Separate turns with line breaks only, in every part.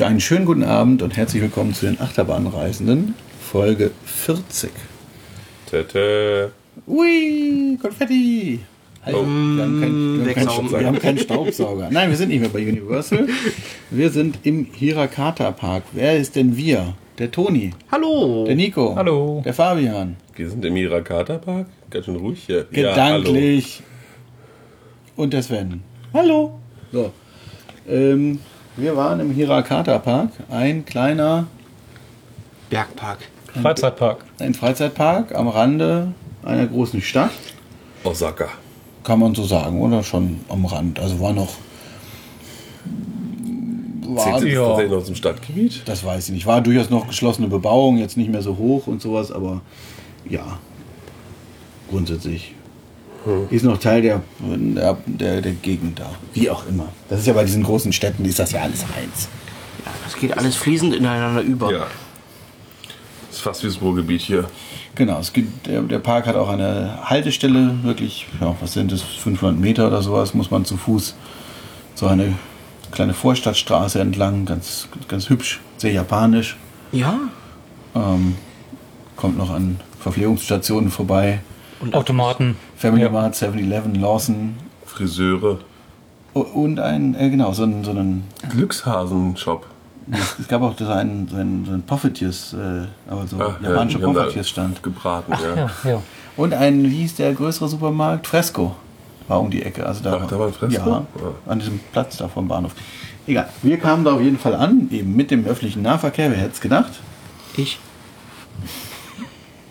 Einen schönen guten Abend und herzlich willkommen zu den Achterbahnreisenden, Folge 40.
Tete.
Ui, Konfetti! Halt, wir, haben keinen- wir, haben keinen Staub,
Wegzauber.
wir haben keinen Staubsauger. Nein, wir sind nicht mehr bei Universal. Wir sind im Hirakata Park. Wer ist denn wir? Der Toni,
Hallo.
der Nico,
Hallo.
der Fabian.
Wir sind im Hirakata Park. Ganz schön ruhig hier.
Gedanklich. und der Sven. Hallo. So. Ähm, wir waren im Hirakata Park, ein kleiner
Bergpark.
Freizeitpark.
ein Freizeitpark am Ja, hallo. einer großen Stadt.
Ja, hallo. Osaka.
Kann man so sagen, oder? Schon am Rand. Also war noch. War,
Zählt das
ja.
tatsächlich noch zum Stadtgebiet?
das weiß ich nicht. War durchaus noch geschlossene Bebauung, jetzt nicht mehr so hoch und sowas, aber ja. Grundsätzlich. Ist noch Teil der, der, der, der Gegend da. Wie auch immer. Das ist ja bei diesen großen Städten, ist das ja alles eins.
Ja, das geht alles fließend ineinander über.
Ja. Das ist fast wie das Ruhrgebiet hier.
Genau, es gibt, der, der Park hat auch eine Haltestelle, wirklich, ja, was sind das, 500 Meter oder sowas, muss man zu Fuß so eine kleine Vorstadtstraße entlang, ganz, ganz hübsch, sehr japanisch,
Ja?
ähm, kommt noch an Verpflegungsstationen vorbei,
Automaten.
Family
Ja.
Mart, 7-Eleven, Lawson
Friseure.
o- und ein, äh, genau, so einen, so einen
Glückshasen-Shop.
es gab auch so einen, so einen, so einen Poffetiers, äh, aber so
Ah, ja,
japanischer
die haben da
Poffetiers stand.
Gebraten, ja.
Ja, ja.
Und ein, wie hieß der größere Supermarkt? Fresco war um die Ecke. Also da,
Ach, da war ein Fresco?
Ja,
Ja.
an diesem Platz da vom Bahnhof. Egal, wir kamen da auf jeden Fall an, eben mit dem öffentlichen Nahverkehr, wer hätte es gedacht,
Ich?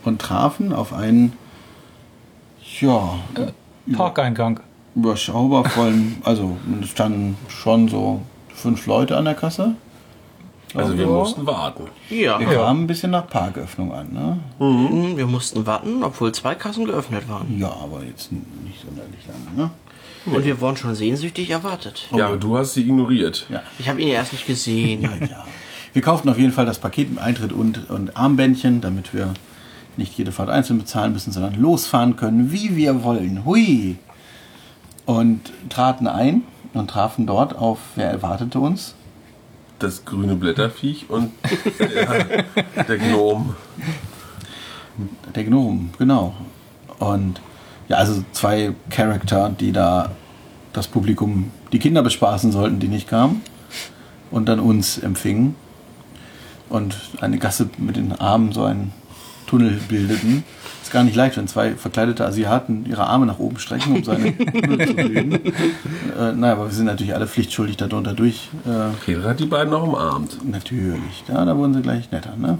und trafen auf einen, äh, ja,
Parkeingang.
überschaubar vollen, also es standen schon so fünf Leute an der Kasse.
Also wir
Ja.
mussten warten.
Ja.
Wir kamen ein bisschen nach Parköffnung an, ne?
Mhm, Wir mussten warten, obwohl zwei Kassen geöffnet waren.
Ja, aber jetzt n- nicht sonderlich lang, ne?
Und wir wurden schon sehnsüchtig erwartet.
Ja, aber du hast sie ignoriert.
Oh Ja.
Ich habe ihn ja erst nicht gesehen.
Ja. Wir kauften auf jeden Fall das Paket mit Eintritt und, und Armbändchen, damit wir nicht jede Fahrt einzeln bezahlen müssen, sondern losfahren können, wie wir wollen. Hui! Und traten ein und trafen dort auf, wer erwartete uns?
Das grüne Blätterviech und der, der Gnom.
Der Gnom, genau. Und ja, also zwei Charakter, die da das Publikum, die Kinder bespaßen sollten, die nicht kamen und dann uns empfingen und eine Gasse mit den Armen so einen Tunnel bildeten. Ist gar nicht leicht, wenn zwei verkleidete Asiaten ihre Arme nach oben strecken, um so einen Tunnel zu bilden. Äh, naja, aber wir sind natürlich alle pflichtschuldig darunter durch. Äh,
Peter hat die beiden noch umarmt.
natürlich, ja, da wurden sie gleich netter, ne?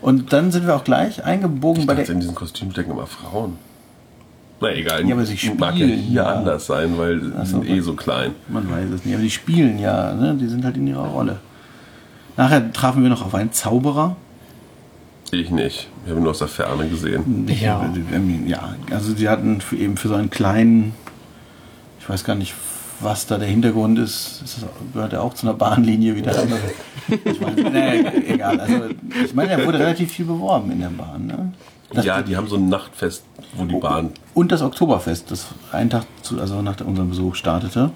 Und dann sind wir auch gleich eingebogen
Ich
bei
dachte,
der
in diesen Kostümen stecken immer Frauen. Na egal,
Ja, aber sie
mag ja
spielen,
hier
ja.
anders sein, weil sie sind eh so klein.
Man weiß es nicht, aber die spielen ja, ne? die sind halt in ihrer Rolle. Nachher trafen wir noch auf einen Zauberer.
Ich nicht. Ich habe ihn nur aus der Ferne
Hm.
gesehen.
Ja.
Ich- ja, also die hatten für, eben für so einen kleinen, ich weiß gar nicht, was da der Hintergrund ist. ist das, gehört er auch zu einer Bahnlinie wie der andere? Ich meine, nee, egal. Also, ich meine, er wurde relativ viel beworben in der Bahn. Ne? Das- Oh.
ja, die haben so ein Nachtfest, wo die Bahn.
Und das Oktoberfest, das einen Tag, zu, also nach unserem Besuch startete,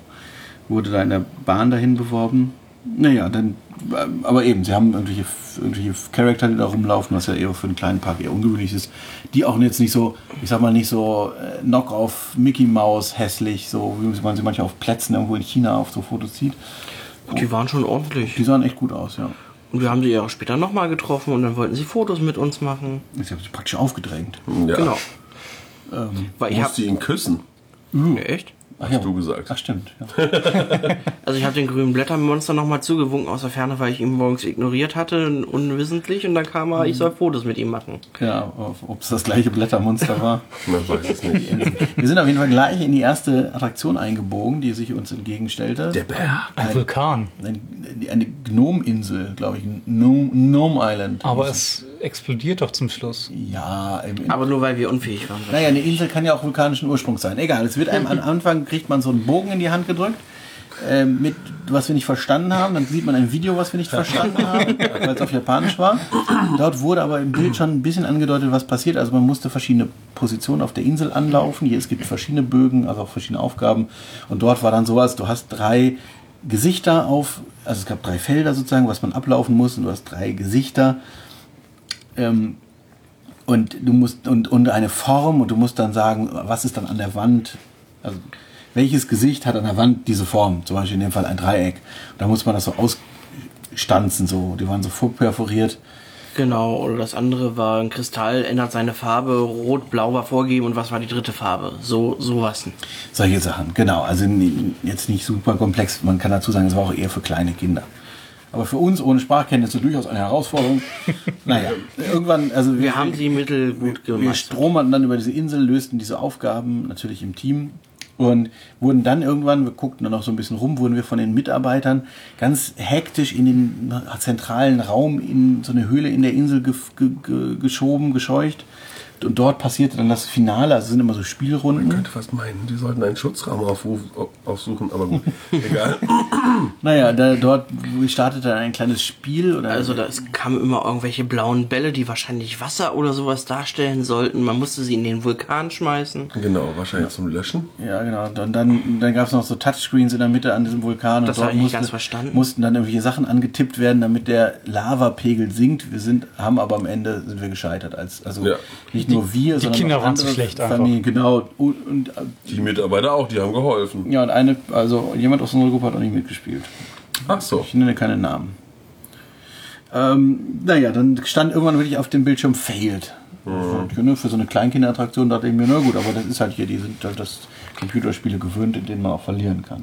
wurde da in der Bahn dahin beworben. Naja, dann, ähm, aber eben, sie haben irgendwelche, irgendwelche Charakter, die da rumlaufen, was ja eher für einen kleinen Park eher ungewöhnlich ist, die auch jetzt nicht so, ich sag mal, nicht so äh, Knock-off Mickey Mouse hässlich, so wie man sie manchmal auf Plätzen irgendwo in China auf so Fotos sieht.
Die waren schon ordentlich.
Die sahen echt gut aus, ja.
Und wir haben sie ja auch später nochmal getroffen und dann wollten sie Fotos mit uns machen.
Ich habe sie praktisch aufgedrängt.
Ja,
Genau. Weil ich
Musste
habe...
ihn küssen,
Echt?
Ach,
hast du gesagt.
Ach stimmt, ja.
Also ich habe den grünen Blättermonster nochmal zugewunken aus der Ferne, weil ich ihn morgens ignoriert hatte, unwissentlich. Und dann kam er, ich soll Fotos mit ihm machen.
ja Ob es das gleiche Blättermonster war.
Man weiß es nicht.
Wir sind auf jeden Fall gleich in die erste Attraktion eingebogen, die sich uns entgegenstellte.
Der Berg.
Ein Vulkan.
Ein- eine Gnome-Insel, glaube ich. Gnome, Gnome Island.
Aber es explodiert doch zum Schluss.
ja, im,
Aber nur weil wir unfähig waren.
naja, eine Insel kann ja auch vulkanischen Ursprungs sein. Egal, es wird einem am Anfang, kriegt man so einen Bogen in die Hand gedrückt. ähm, Mit was wir nicht verstanden haben, dann sieht man ein Video, was wir nicht verstanden haben, weil es auf Japanisch war. Dort wurde aber im Bild schon ein bisschen angedeutet, was passiert. Also man musste verschiedene Positionen auf der Insel anlaufen. Hier, es gibt verschiedene Bögen, also auch verschiedene Aufgaben. Und dort war dann sowas, du hast drei Gesichter auf, also es gab drei Felder sozusagen, was man ablaufen muss und du hast drei Gesichter. Ähm, und du musst und, und eine Form und du musst dann sagen, was ist dann an der Wand? Also welches Gesicht hat an der Wand diese Form? Zum Beispiel in dem Fall ein Dreieck. Da muss man das so ausstanzen, so die waren so vorperforiert.
Genau, oder das andere war ein Kristall, ändert seine Farbe, rot, blau war vorgegeben und was war die dritte Farbe? So, sowas.
Solche Sachen, genau. Also n- jetzt nicht super komplex. Man kann dazu sagen, es war auch eher für kleine Kinder. Aber für uns ohne Sprachkenntnisse durchaus eine Herausforderung. naja, irgendwann, also
Wir haben die Mittel gut
wir
gemacht.
stromerten dann über diese Insel, lösten diese Aufgaben natürlich im Team und wurden dann irgendwann, wir guckten dann noch so ein bisschen rum, wurden wir von den Mitarbeitern ganz hektisch in den zentralen Raum, in so eine Höhle in der Insel ge ge ge geschoben, gescheucht. Und dort passierte dann das Finale, also es sind immer so
Ich
Spielrunden.
könnte fast meinen, die sollten einen Schutzraum aufruf, au- aufsuchen, aber gut, egal.
Naja, da, dort startete dann ein kleines Spiel oder
Also da es kamen immer irgendwelche blauen Bälle, die wahrscheinlich Wasser oder sowas darstellen sollten. Man musste sie in den Vulkan schmeißen.
Genau, wahrscheinlich zum Löschen.
Ja, genau. Und dann, dann gab es noch so Touchscreens in der Mitte an diesem Vulkan.
Das
und
hab ich nicht ganz verstanden.
mussten dann irgendwelche Sachen angetippt werden, damit der Lavapegel sinkt. Wir sind, haben aber am Ende sind wir gescheitert. Als, also
Ja.
nicht nur wir, sondern
Kinder
auch
waren zu
andere
schlecht
Familien. Genau. Und, und,
Die Mitarbeiter auch, die haben geholfen.
ja, und eine, also jemand aus unserer Gruppe hat auch nicht mitgespielt.
Ach so.
Ich nenne keine Namen. Ähm, naja, dann stand irgendwann wirklich auf dem Bildschirm failed. Und, ne, Für so eine Kleinkinderattraktion dachte ich mir, na gut, aber das ist halt hier, die sind halt das Computerspiele gewöhnt, in denen man auch verlieren kann.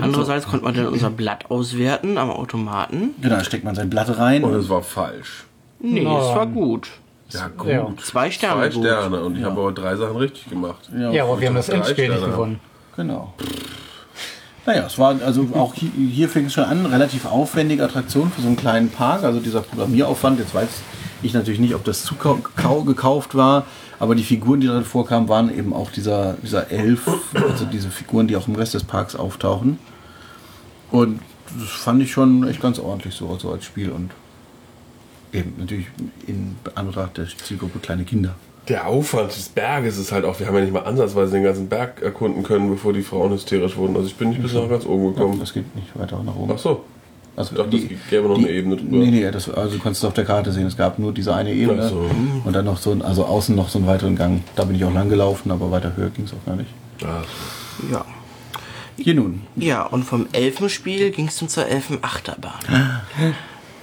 Andererseits konnte man dann unser Blatt auswerten am Automaten.
Genau, dann steckt man sein Blatt rein.
Und es war falsch.
Nee,
Nein.
es war gut.
Ja, gut.
Ja.
Zwei Sterne
Zwei
gut.
Sterne. Und ich habe aber drei Sachen richtig gemacht.
Ja,
Ja, aber wir haben
ich
das
hab drei
Endspiel nicht
Sterne.
gewonnen.
Genau. Naja, es war also auch hier, hier fing es schon an, relativ aufwendige Attraktion für so einen kleinen Park, also dieser Programmieraufwand. Jetzt weiß ich natürlich nicht, ob das zu kau- kau- gekauft war, aber die Figuren, die darin vorkamen, waren eben auch dieser, dieser Elf, also diese Figuren, die auch im Rest des Parks auftauchen. Und das fand ich schon echt ganz ordentlich so, so als Spiel und eben natürlich in Anbetracht der Zielgruppe kleine Kinder.
Der Aufwand des Berges ist halt auch, wir haben ja nicht mal ansatzweise den ganzen Berg erkunden können, bevor die Frauen hysterisch wurden. Also ich bin nicht bis nach ganz oben
Ja,
gekommen.
das geht nicht weiter nach oben.
Ach so.
Also
dachte, es gäbe noch eine Ebene drüber.
Nee, nee, das, also du kannst es auf der Karte sehen. Es gab nur diese eine Ebene.
Ach so.
Und dann noch so ein, also außen noch so einen weiteren Gang. Da bin ich auch lang gelaufen, aber weiter höher ging es auch gar nicht.
Ach
Ja.
Hier nun.
Ja, und vom Elfenspiel ging es dann zur Elfenachterbahn.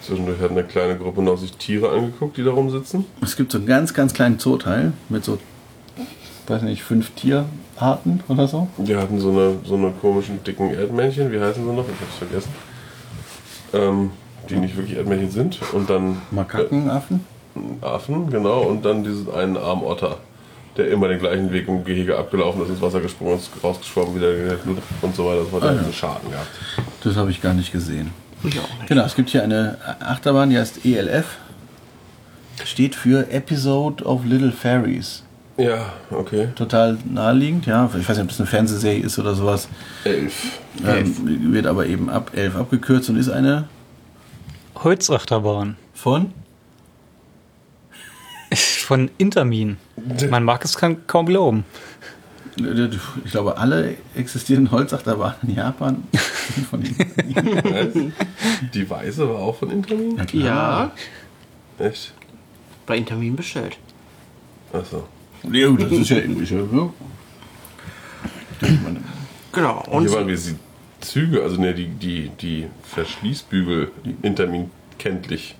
so. Zwischendurch hat eine kleine Gruppe noch sich Tiere angeguckt, die da rumsitzen.
Es gibt so einen ganz, ganz kleinen Zooteil mit so, weiß nicht, fünf Tierarten oder so.
Die hatten so eine, so eine komischen dicken Erdmännchen, wie heißen sie noch? Ich hab's vergessen. Ähm, die nicht wirklich Erdmännchen sind. Und dann
Makakenaffen.
Äh, Affen, genau. Und dann diesen einen armen Otter, der immer den gleichen Weg im Gehege abgelaufen ist, ins Wasser gesprungen ist, rausgeschwommen, wieder in den Blut und so weiter. Das war der ganze Schaden gehabt.
Das habe ich gar nicht gesehen.
Ich auch nicht.
Genau, es gibt hier eine Achterbahn, die heißt ELF. Steht für Episode of Little Fairies.
Ja, okay.
Total naheliegend, ja. Ich weiß nicht, ob das eine Fernsehserie ist oder sowas.
Elf.
Ähm, wird aber eben ab 11 abgekürzt und ist eine
Holzachterbahn
von
von Intermin. Man mag es kann kaum glauben.
ich glaube alle existierenden Holzachterbahnen in Japan sind von ihnen.
Die Weiße war auch von Intamin?
Ja,
Echt?
bei Intermin bestellt.
Achso.
Ja, gut, das ist ja irgendwie schon. Ne? Ich meine,
Genau. Und
Hier waren wir die Züge, also ne, die, die, die Verschließbügel Intamin kenntlich.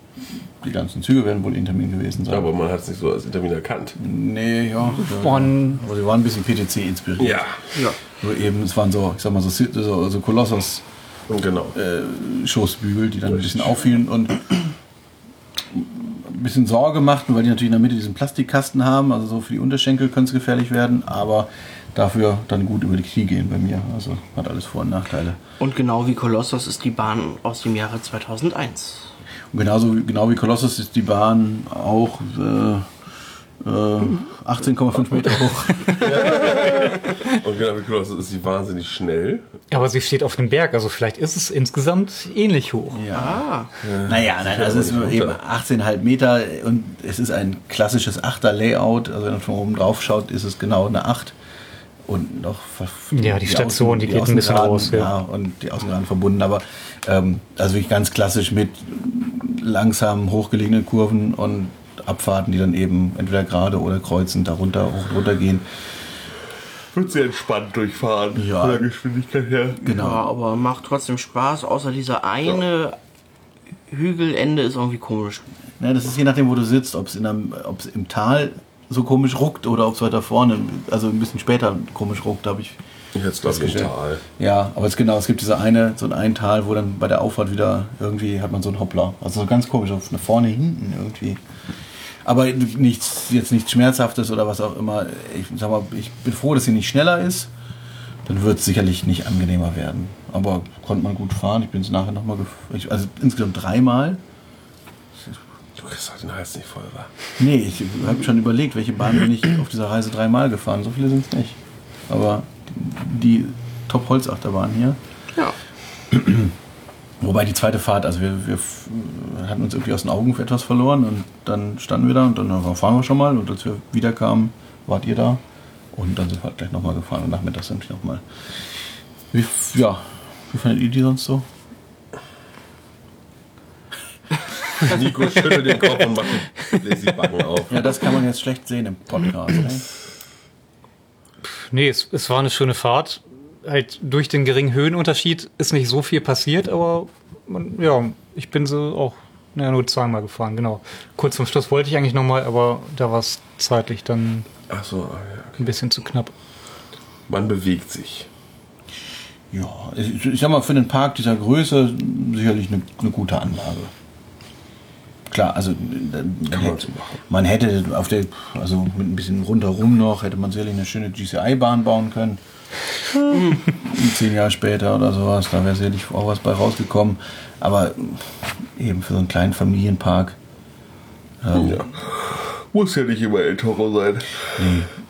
Die ganzen Züge werden wohl Intermin gewesen sein.
Aber man hat es nicht so als Intamin erkannt.
nee, ja.
Von
Aber sie waren ein bisschen PTC inspiriert.
Ja,
ja.
Nur eben, es waren so, ich sag mal, so, so, so Kolossos.
und genau.
Schoßbügel, die dann ein bisschen auffielen und ein bisschen Sorge machten, weil die natürlich in der Mitte diesen Plastikkasten haben. Also so für die Unterschenkel könnte es gefährlich werden, aber dafür dann gut über die Knie gehen bei mir. Also hat alles Vor- und Nachteile.
Und genau wie Kolossos ist die Bahn aus dem Jahre 2001.
Und genauso wie- genau wie Kolossus ist die Bahn auch äh, äh, 18,5 Meter hoch.
Und genau wie Kolossus ist sie wahnsinnig schnell.
Aber sie steht auf dem Berg, also vielleicht ist es insgesamt ähnlich hoch.
Ah,
Naja, nein, also es ist eben 18,5 Meter und es ist ein klassisches Achter-Layout. Also wenn man von oben drauf schaut, ist es genau eine 8. unten noch. ver-
Ja, die Station, die geht ein bisschen
Außengraden,
raus,
Ja.
ja.
und die Außengraden verbunden, aber ähm, also wirklich ganz klassisch mit langsam hochgelegenen Kurven und Abfahrten, die dann eben entweder gerade oder kreuzend darunter hoch und runter gehen.
Wird sehr entspannt durchfahren.
Ja.
Von der Geschwindigkeit her.
Ja, aber macht trotzdem Spaß, außer dieser eine Hügelende ist irgendwie komisch.
Ja, das ist je nachdem, wo du sitzt, ob es im Tal so komisch ruckt oder ob es weiter vorne, also ein bisschen später komisch ruckt, habe ich.
Jetzt glaube ich Tal.
Ja, aber es genau, es gibt diese eine, so ein einen Tal, wo dann bei der Auffahrt wieder irgendwie hat man so einen Hoppler. Also so ganz komisch, so nach vorne, hinten irgendwie. Aber nichts, jetzt nichts Schmerzhaftes oder was auch immer. Ich sag mal, ich bin froh, dass sie nicht schneller ist. Dann wird es sicherlich nicht angenehmer werden. Aber konnte man gut fahren. Ich bin es nachher nochmal, also insgesamt dreimal.
Du kriegst halt den Hals nicht voll, wa?
Nee, ich habe schon überlegt, welche Bahn bin ich auf dieser Reise dreimal gefahren. So viele sind es nicht. Aber die Top-Holzachterbahn hier.
Ja.
Wobei die zweite Fahrt, also wir, wir f- hatten uns irgendwie aus den Augen für etwas verloren und dann standen wir da und dann na, fahren wir schon mal. Und als wir wiederkamen, wart ihr da. Und dann sind wir halt gleich nochmal gefahren und nachmittags sind wir nochmal. Wie, f- ja, wie fandet ihr die sonst so?
Nico schüttelt den Kopf und macht die lazy Backen auf.
Ja, das kann man jetzt schlecht sehen im Podcast. ne?
Nee, es, es war eine schöne Fahrt. Halt durch den geringen Höhenunterschied ist nicht so viel passiert, aber man, ja, ich bin so auch naja, nur zweimal gefahren, genau. Kurz zum Schluss wollte ich eigentlich nochmal, aber da war es zeitlich dann
Ach so, ah, ja, okay.
ein bisschen zu knapp.
Man bewegt sich.
Ja, ich, ich sag mal, für den Park dieser Größe sicherlich eine, eine gute Anlage. Klar, also man
man
hätte,
so machen.
man hätte auf der, also mit ein bisschen rundherum noch, hätte man sicherlich eine schöne GCI-Bahn bauen können.
Hm.
Zehn Jahre später oder sowas, da wäre sicherlich auch was bei rausgekommen. Aber eben für so einen kleinen Familienpark ähm,
Ja. Muss ja nicht immer El Toro sein.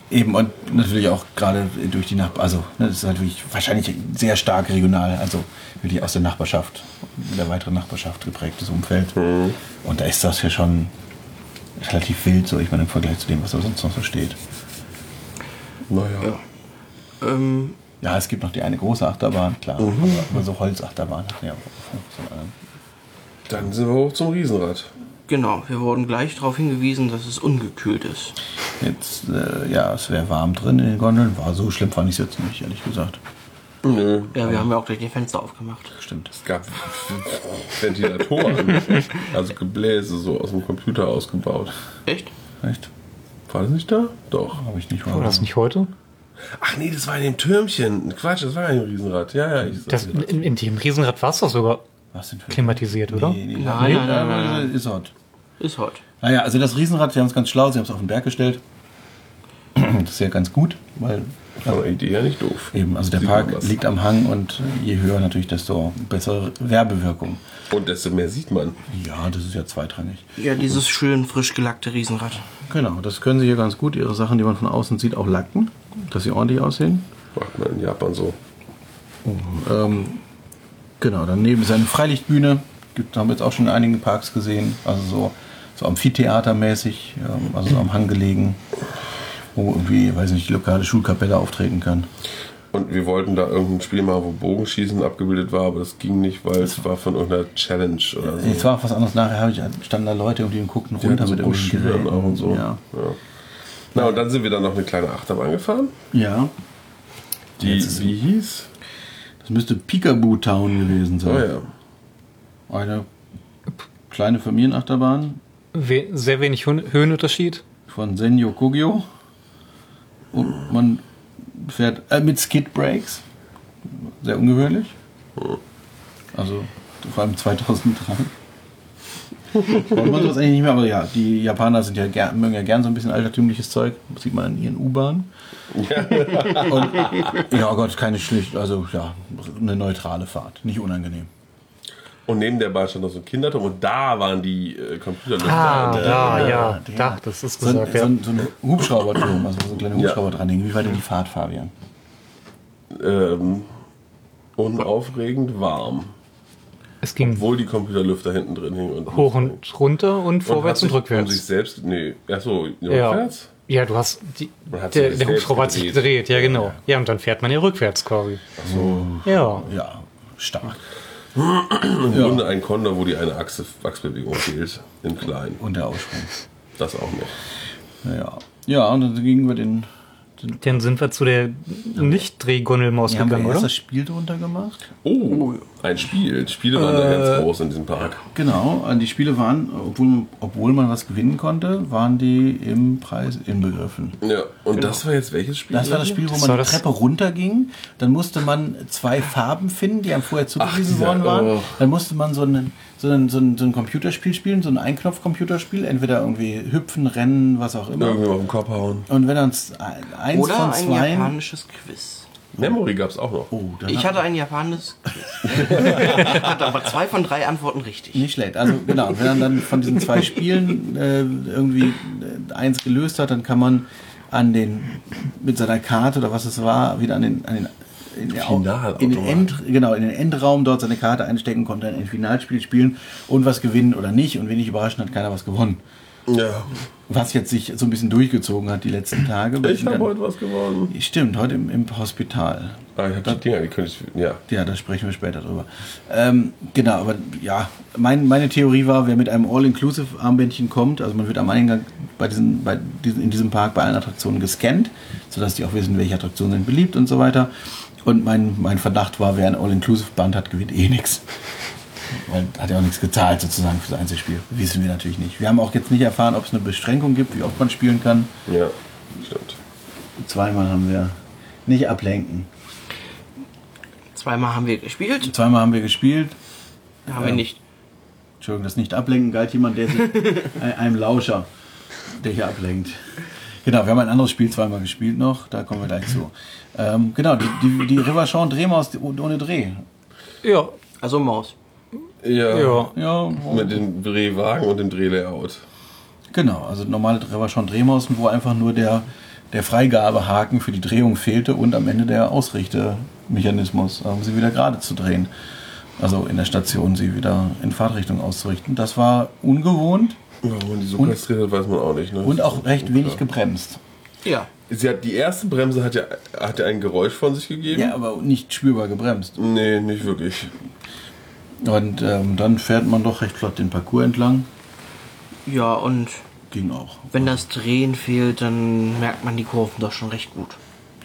Eben und natürlich auch gerade durch die Nachbar, also ne, das ist natürlich wahrscheinlich sehr stark regional, also wirklich aus der Nachbarschaft, der weiteren Nachbarschaft geprägtes Umfeld.
Mhm.
Und da ist das ja schon relativ wild, so ich meine im Vergleich zu dem, was da sonst noch so steht.
Naja.
Ähm,
Ja, es gibt noch die eine große Achterbahn, klar,
Mhm.
aber, aber so Holzachterbahn hat man ja auch so eine.
Dann sind wir hoch zum Riesenrad.
genau, wir wurden gleich darauf hingewiesen, dass es ungekühlt ist.
Jetzt, äh, ja, es wäre warm drin in den Gondeln, war so schlimm fand ich es jetzt nicht, ehrlich gesagt.
Nö.
Ja, wir haben ja auch gleich die Fenster aufgemacht.
Stimmt.
Es gab Ventilatoren. also Gebläse, so aus dem Computer ausgebaut.
Echt?
Echt?
War das nicht da? Doch.
Habe ich nicht
War das nicht heute?
Ach nee, das war in dem Türmchen. Quatsch, das war ein Riesenrad. Ja, ja. Ich
Das, in, in in dem Riesenrad war es doch sogar
Was denn für
klimatisiert, oder?
Nee, nee,
Nein, nein, nein, nein, nein.
Ist hot.
Ist heute.
Naja, also das Riesenrad, sie haben es ganz schlau, sie haben es auf den Berg gestellt. Das ist ja ganz gut, weil
Von der Idee ja nicht doof.
eben, also der
Sieht man
Park
was.
liegt am Hang und je höher natürlich, desto bessere Werbewirkung.
Und desto mehr sieht man.
Ja, das ist ja zweitrangig.
Ja, dieses schön frisch gelackte Riesenrad.
Genau, das können sie hier ganz gut, ihre Sachen, die man von außen sieht, auch lacken, dass sie ordentlich aussehen.
Macht man in Japan so.
Ähm, genau, daneben ist eine Freilichtbühne. Gibt, haben wir jetzt auch schon in einigen Parks gesehen. Also so, so Amphitheatermäßig, ähm, also so am Hang gelegen, wo irgendwie, weiß nicht, die lokale Schulkapelle auftreten kann.
Und wir wollten da irgendein Spiel machen, wo Bogenschießen abgebildet war, aber das ging nicht, weil es war von irgendeiner Challenge oder so.
Jetzt war auch was anderes. Nachher hab ich, standen da Leute irgendwie und guckten runter
so
mit irgendwelchen
Broschüren
Geräten.
auch und so.
Ja.
Ja. Na, und dann sind wir dann noch eine kleine Achterbahn gefahren.
ja,
Die,
Jetzt ist-
wie hieß?
das müsste Peekaboo Town gewesen sein.
Oh ja. Oh
Eine kleine Familienachterbahn
We sehr wenig Höhen- Höhenunterschied.
von Senyo Kogyo. Und man fährt äh, mit Skid Breaks. Sehr ungewöhnlich. Also vor allem 2003. Wollte man sowas eigentlich nicht mehr, aber ja, die Japaner sind ja gern, mögen ja gern so ein bisschen altertümliches Zeug. Das sieht man in ihren U-Bahnen. Und, ja, oh Gott, keine schlicht, also ja, eine neutrale Fahrt, nicht unangenehm.
Und neben der Bahn stand noch so ein Kinderturm und da waren die äh, Computerlöcher.
Ah,
Und, äh,
da, ja, da, das ist
So, ein-
gesagt,
so,
ja.
ein, so ein Hubschrauberturm, also so ein kleiner
Ja.
Hubschrauber dran hängen. Wie war denn die Fahrt, Fabian?
ähm, unaufregend warm.
Es ging
Obwohl die Computerlüfter hinten drin hingen. Und
hoch und runter und vorwärts und
hat sich Um sich
rückwärts.
selbst, nee, achso,
Ja.
rückwärts?
Ja, du hast. Die,
Man hat
der
sich
der
selbst
Hubschrauber hat sich
gedreht.
gedreht, ja, genau. Ja, und dann fährt man ja rückwärts quasi. Ja.
Ja, stark.
Im Grunde ein Condor, wo die eine Achse, Achsbewegung fehlt. In klein.
Und der Aussprung.
Das auch noch.
Ja, ja und dann gingen wir den. den
Dann sind wir zu der Nicht-Drehgondelmaus
haben wir
gegangen,
erst
oder?
das Spiel drunter gemacht?
Oh, ein Spiel. Spiele waren da ganz groß in diesem Park.
Genau, an die Spiele waren, obwohl, obwohl man was gewinnen konnte, waren die im Preis inbegriffen.
Ja, und das war jetzt welches Spiel?
Das war das Spiel, wo
Das
man
war
die
das-
Treppe runterging. Dann musste man zwei Farben finden, die einem vorher zugewiesen
dieser-
worden waren.
oh.
Dann musste man so ein, so, ein, so, ein, so ein Computerspiel spielen, so ein Einknopf-Computerspiel. Entweder irgendwie hüpfen, rennen, was auch immer.
Irgendwie auf den Kopf hauen.
Und wenn uns ein- eins
Oder
von
ein
zwei.
japanisches Quiz.
Memory gab es auch noch.
Oh, dann
Ich hatte ein japanisches Quiz. hatte aber zwei von drei Antworten richtig.
Nicht schlecht. Also genau, wenn man dann von diesen zwei Spielen äh, irgendwie äh, eins gelöst hat, dann kann man an den mit seiner Karte oder was es war, wieder an den, an den in, der, Au-
Finalautomat.
in, den End, genau, in den Endraum dort seine Karte einstecken, konnte dann ein Finalspiel spielen und was gewinnen oder nicht. Und wenig überraschend hat keiner was gewonnen.
Ja.
Was jetzt sich so ein bisschen durchgezogen hat die letzten Tage.
Ich habe
Dann-
heute was gewonnen.
Stimmt, heute im, im Hospital.
Ah, ich habe die Dinger, die könnte ich. Ja.
Ja, da sprechen wir später drüber. Ähm, genau, aber ja, mein, meine Theorie war, wer mit einem All-Inclusive-Armbändchen kommt, also man wird am Eingang bei diesen, bei diesen, in diesem Park bei allen Attraktionen gescannt, sodass die auch wissen, welche Attraktionen sind beliebt und so weiter. Und mein, mein Verdacht war, wer ein All-Inclusive-Band hat, gewinnt eh nichts. Weil hat ja auch nichts gezahlt sozusagen fürs Einzelspiel. Wissen wir natürlich nicht. Wir haben auch jetzt nicht erfahren, ob es eine Beschränkung gibt, wie oft man spielen kann.
Ja, stimmt.
Zweimal haben wir nicht ablenken.
Zweimal haben wir gespielt,
Zweimal haben wir gespielt.
haben wir nicht.
Entschuldigung, das nicht ablenken galt jemand, der sich ein- einem Lauscher, der hier ablenkt. Genau, wir haben ein anderes Spiel zweimal gespielt noch, da kommen wir gleich zu. Ähm, genau, die, die, die River Shawn Drehmaus ohne Dreh.
Ja.
Also Maus.
Ja.
Ja.
Ja,
Mit dem Drehwagen und dem Drehlayout.
genau, also normale River Shawn Drehmaus, wo einfach nur der, der Freigabehaken für die Drehung fehlte und am Ende der Ausrichtemechanismus, um sie wieder gerade zu drehen. Also in der Station sie wieder in Fahrtrichtung auszurichten. Das war ungewohnt
Warum die so kastriert hat, weiß man auch nicht. Ne?
und
Das
auch
ist
recht
unklar.
wenig gebremst.
Ja.
Sie hat, die erste Bremse hat ja, hat ja ein Geräusch von sich gegeben.
Ja, aber nicht spürbar gebremst.
Nee, nicht wirklich.
Und ähm, dann fährt man doch recht flott den Parcours entlang.
Ja, und
Ging auch.
wenn das Drehen fehlt, dann merkt man die Kurven doch schon recht gut.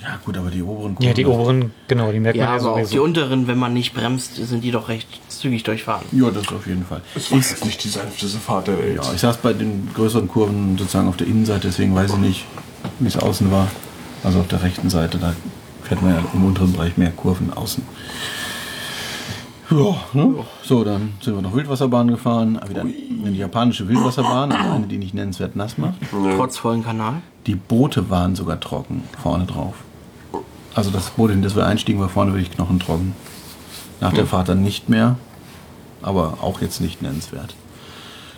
Ja gut, aber die oberen Kurven.
Ja, die oberen, genau, die merkt
Ja,
man ja
aber auch die
sowieso.
unteren, wenn man nicht bremst, sind die doch recht zügig durchfahren.
Ja, das auf jeden Fall.
ist nicht die sanfteste Fahrt der Welt.
Ja, ich saß bei den größeren Kurven sozusagen auf der Innenseite, deswegen weiß ich nicht, wie es außen war. Also auf der rechten Seite, da fährt man ja im unteren Bereich mehr Kurven außen. Ja, ne? So, dann sind wir noch Wildwasserbahn gefahren. Ah, Wieder eine japanische Wildwasserbahn, also eine, die nicht nennenswert nass macht.
Trotz vollen Kanal.
Die Boote waren sogar trocken, vorne drauf. Also das Boot, in das wir einstiegen, war vorne wirklich knochentrocken. Nach der Fahrt dann nicht mehr, aber auch jetzt nicht nennenswert.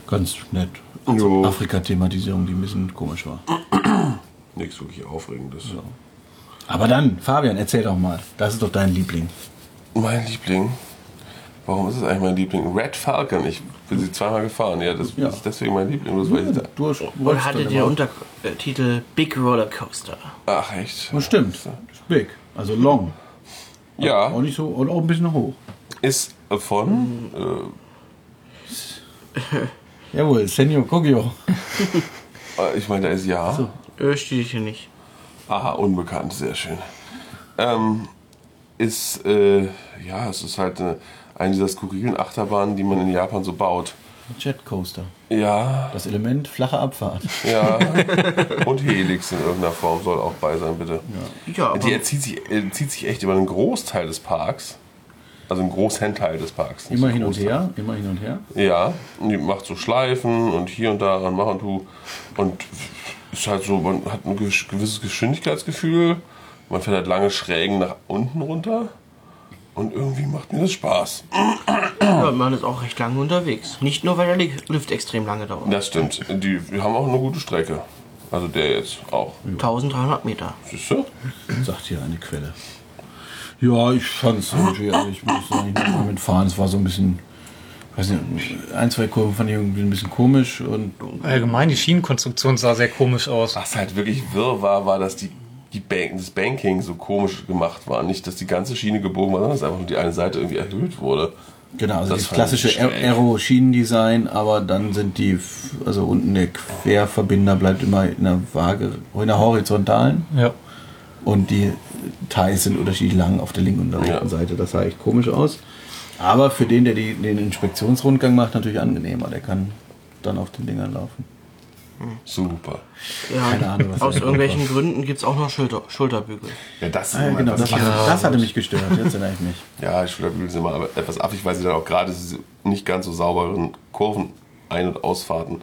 Ganz nett. Also
Jo.
Afrika-Thematisierung, die ein bisschen komisch war.
Nichts wirklich Aufregendes.
Aber dann, Fabian, erzähl doch mal. Das ist doch dein Liebling.
Mein Liebling. Warum ist es eigentlich mein Liebling? Red Falcon. Ich bin sie zweimal gefahren. Ja, das
Ja.
ist deswegen mein Liebling. Das war ich da.
Du hast- du
Und
hast
hatte
dann
den
immer-
Untertitel Big Roller Coaster.
Ach, echt?
Das stimmt. Ist Big, also long. Auch
Ja,
nicht so, und Mhm. auch ein bisschen hoch.
ist von. Äh,
Jawohl, Senor Kogio.
äh, ich meine, da ist ja.
Äh, steht hier nicht.
Aha, unbekannt, sehr schön. Ähm, ist, äh, ja, es ist halt eine, eine dieser skurrilen Achterbahnen, die man in Japan so baut.
Jet Coaster.
Ja,
Das Element flache Abfahrt.
ja. Und Helix in irgendeiner Form soll auch bei sein, bitte.
Ja, aber
Die erzieht sich, äh, zieht sich echt über einen Großteil des Parks. Also einen großen Teil des Parks. nicht
Immer
so
hin und
Großteil.
her, immer hin und her.
Ja, und die macht so Schleifen und hier und da und mach und tu. Und ist halt so, man hat ein gewiss- gewisses Geschwindigkeitsgefühl. Man fährt halt lange Schrägen nach unten runter. Und irgendwie macht mir das Spaß.
ja, man ist auch recht lange unterwegs. Nicht nur, weil der Li- Lift extrem lange dauert.
Das stimmt. Die haben auch eine gute Strecke. Also der jetzt auch.
1300 Meter.
Siehst du?
Sagt hier eine Quelle. Ja, ich fand es irgendwie, also ich muss eigentlich nicht mal mitfahren. Es war so ein bisschen weiß nicht, ein, zwei Kurven fand ich irgendwie ein bisschen komisch und
Allgemein, die Schienenkonstruktion sah sehr komisch aus.
Was halt wirklich wirr war, war, dass die, die Bank, das Banking so komisch gemacht war. Nicht, dass die ganze Schiene gebogen war, sondern dass einfach nur die eine Seite irgendwie erhöht wurde.
Genau, also
Das
das
fand
klassische
ich
Aer-
schräg.
Aero-Schienendesign, aber dann sind die, f- also unten der Querverbinder bleibt immer in der Waage, in der horizontalen
Ja.
und die Teils sind unterschiedlich lang auf der linken und der
Ja.
rechten Seite. Das sah echt komisch aus. Aber für den, der die, den Inspektionsrundgang macht, natürlich angenehmer. Der kann dann auf den Dingern laufen.
Super.
Ja,
Keine Ahnung, was
aus
da
irgendwelchen Gründen gibt es auch noch Schulter, Schulterbügel.
Ja, das ist
Ah, ja,
immer
genau,
etwas
das, hat,
affig.
das hatte mich gestört. Jetzt erinnere ich mich.
Ja, ich glaube, sind immer etwas affig, weil sie dann auch gerade diese nicht ganz so sauberen Kurven ein- und ausfahrten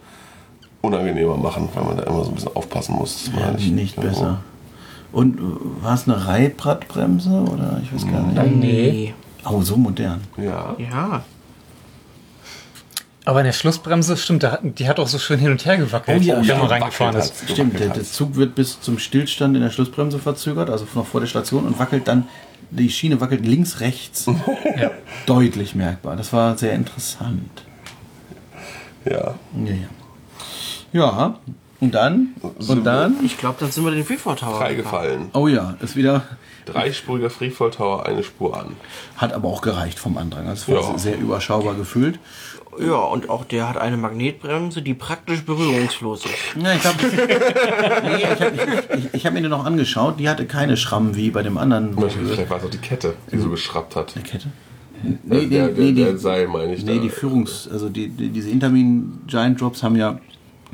unangenehmer machen, weil man da immer so ein bisschen aufpassen muss. dass man da
Nicht besser. Und äh, war es eine Reibradbremse oder ich weiß
Mhm.
gar nicht.
Nee.
Oh, so modern.
Ja.
Ja.
Aber in der Schlussbremse, stimmt, da hat, die hat auch so schön hin und her gewackelt,
Oh ja,
wenn
ja,
man reingefahren
gewackelt
ist.
hat's,
Stimmt, der,
gewackelt
der
hat's.
Zug wird bis zum Stillstand in der Schlussbremse verzögert, also noch vor der Station und wackelt dann, die Schiene wackelt links, rechts.
Ja.
Deutlich merkbar. Das war sehr interessant.
Ja.
Ja, ja. ja und dann? Und dann?
Ich glaube, dann sind wir den Freefall Tower.
Freigefallen.
Oh ja, ist wieder,
Dreispuriger Freefall Tower, eine Spur an.
hat aber auch gereicht vom Andrang. Also es war
Ja.
sehr überschaubar gefühlt.
gefahren. Ja, und auch der hat eine Magnetbremse, die praktisch berührungslos ist.
Ja, ich habe nee, ich hab, ich, ich hab mir den noch angeschaut. Die hatte keine Schrammen wie bei dem anderen.
Vielleicht war es auch die Kette, die so geschrappt hat.
Kette?
Nee,
Nee,
der,
nee,
der,
nee,
der
die-
Seil meine ich.
Nee,
da.
die Führungs-, also die, die, diese Intermin Giant Drops haben ja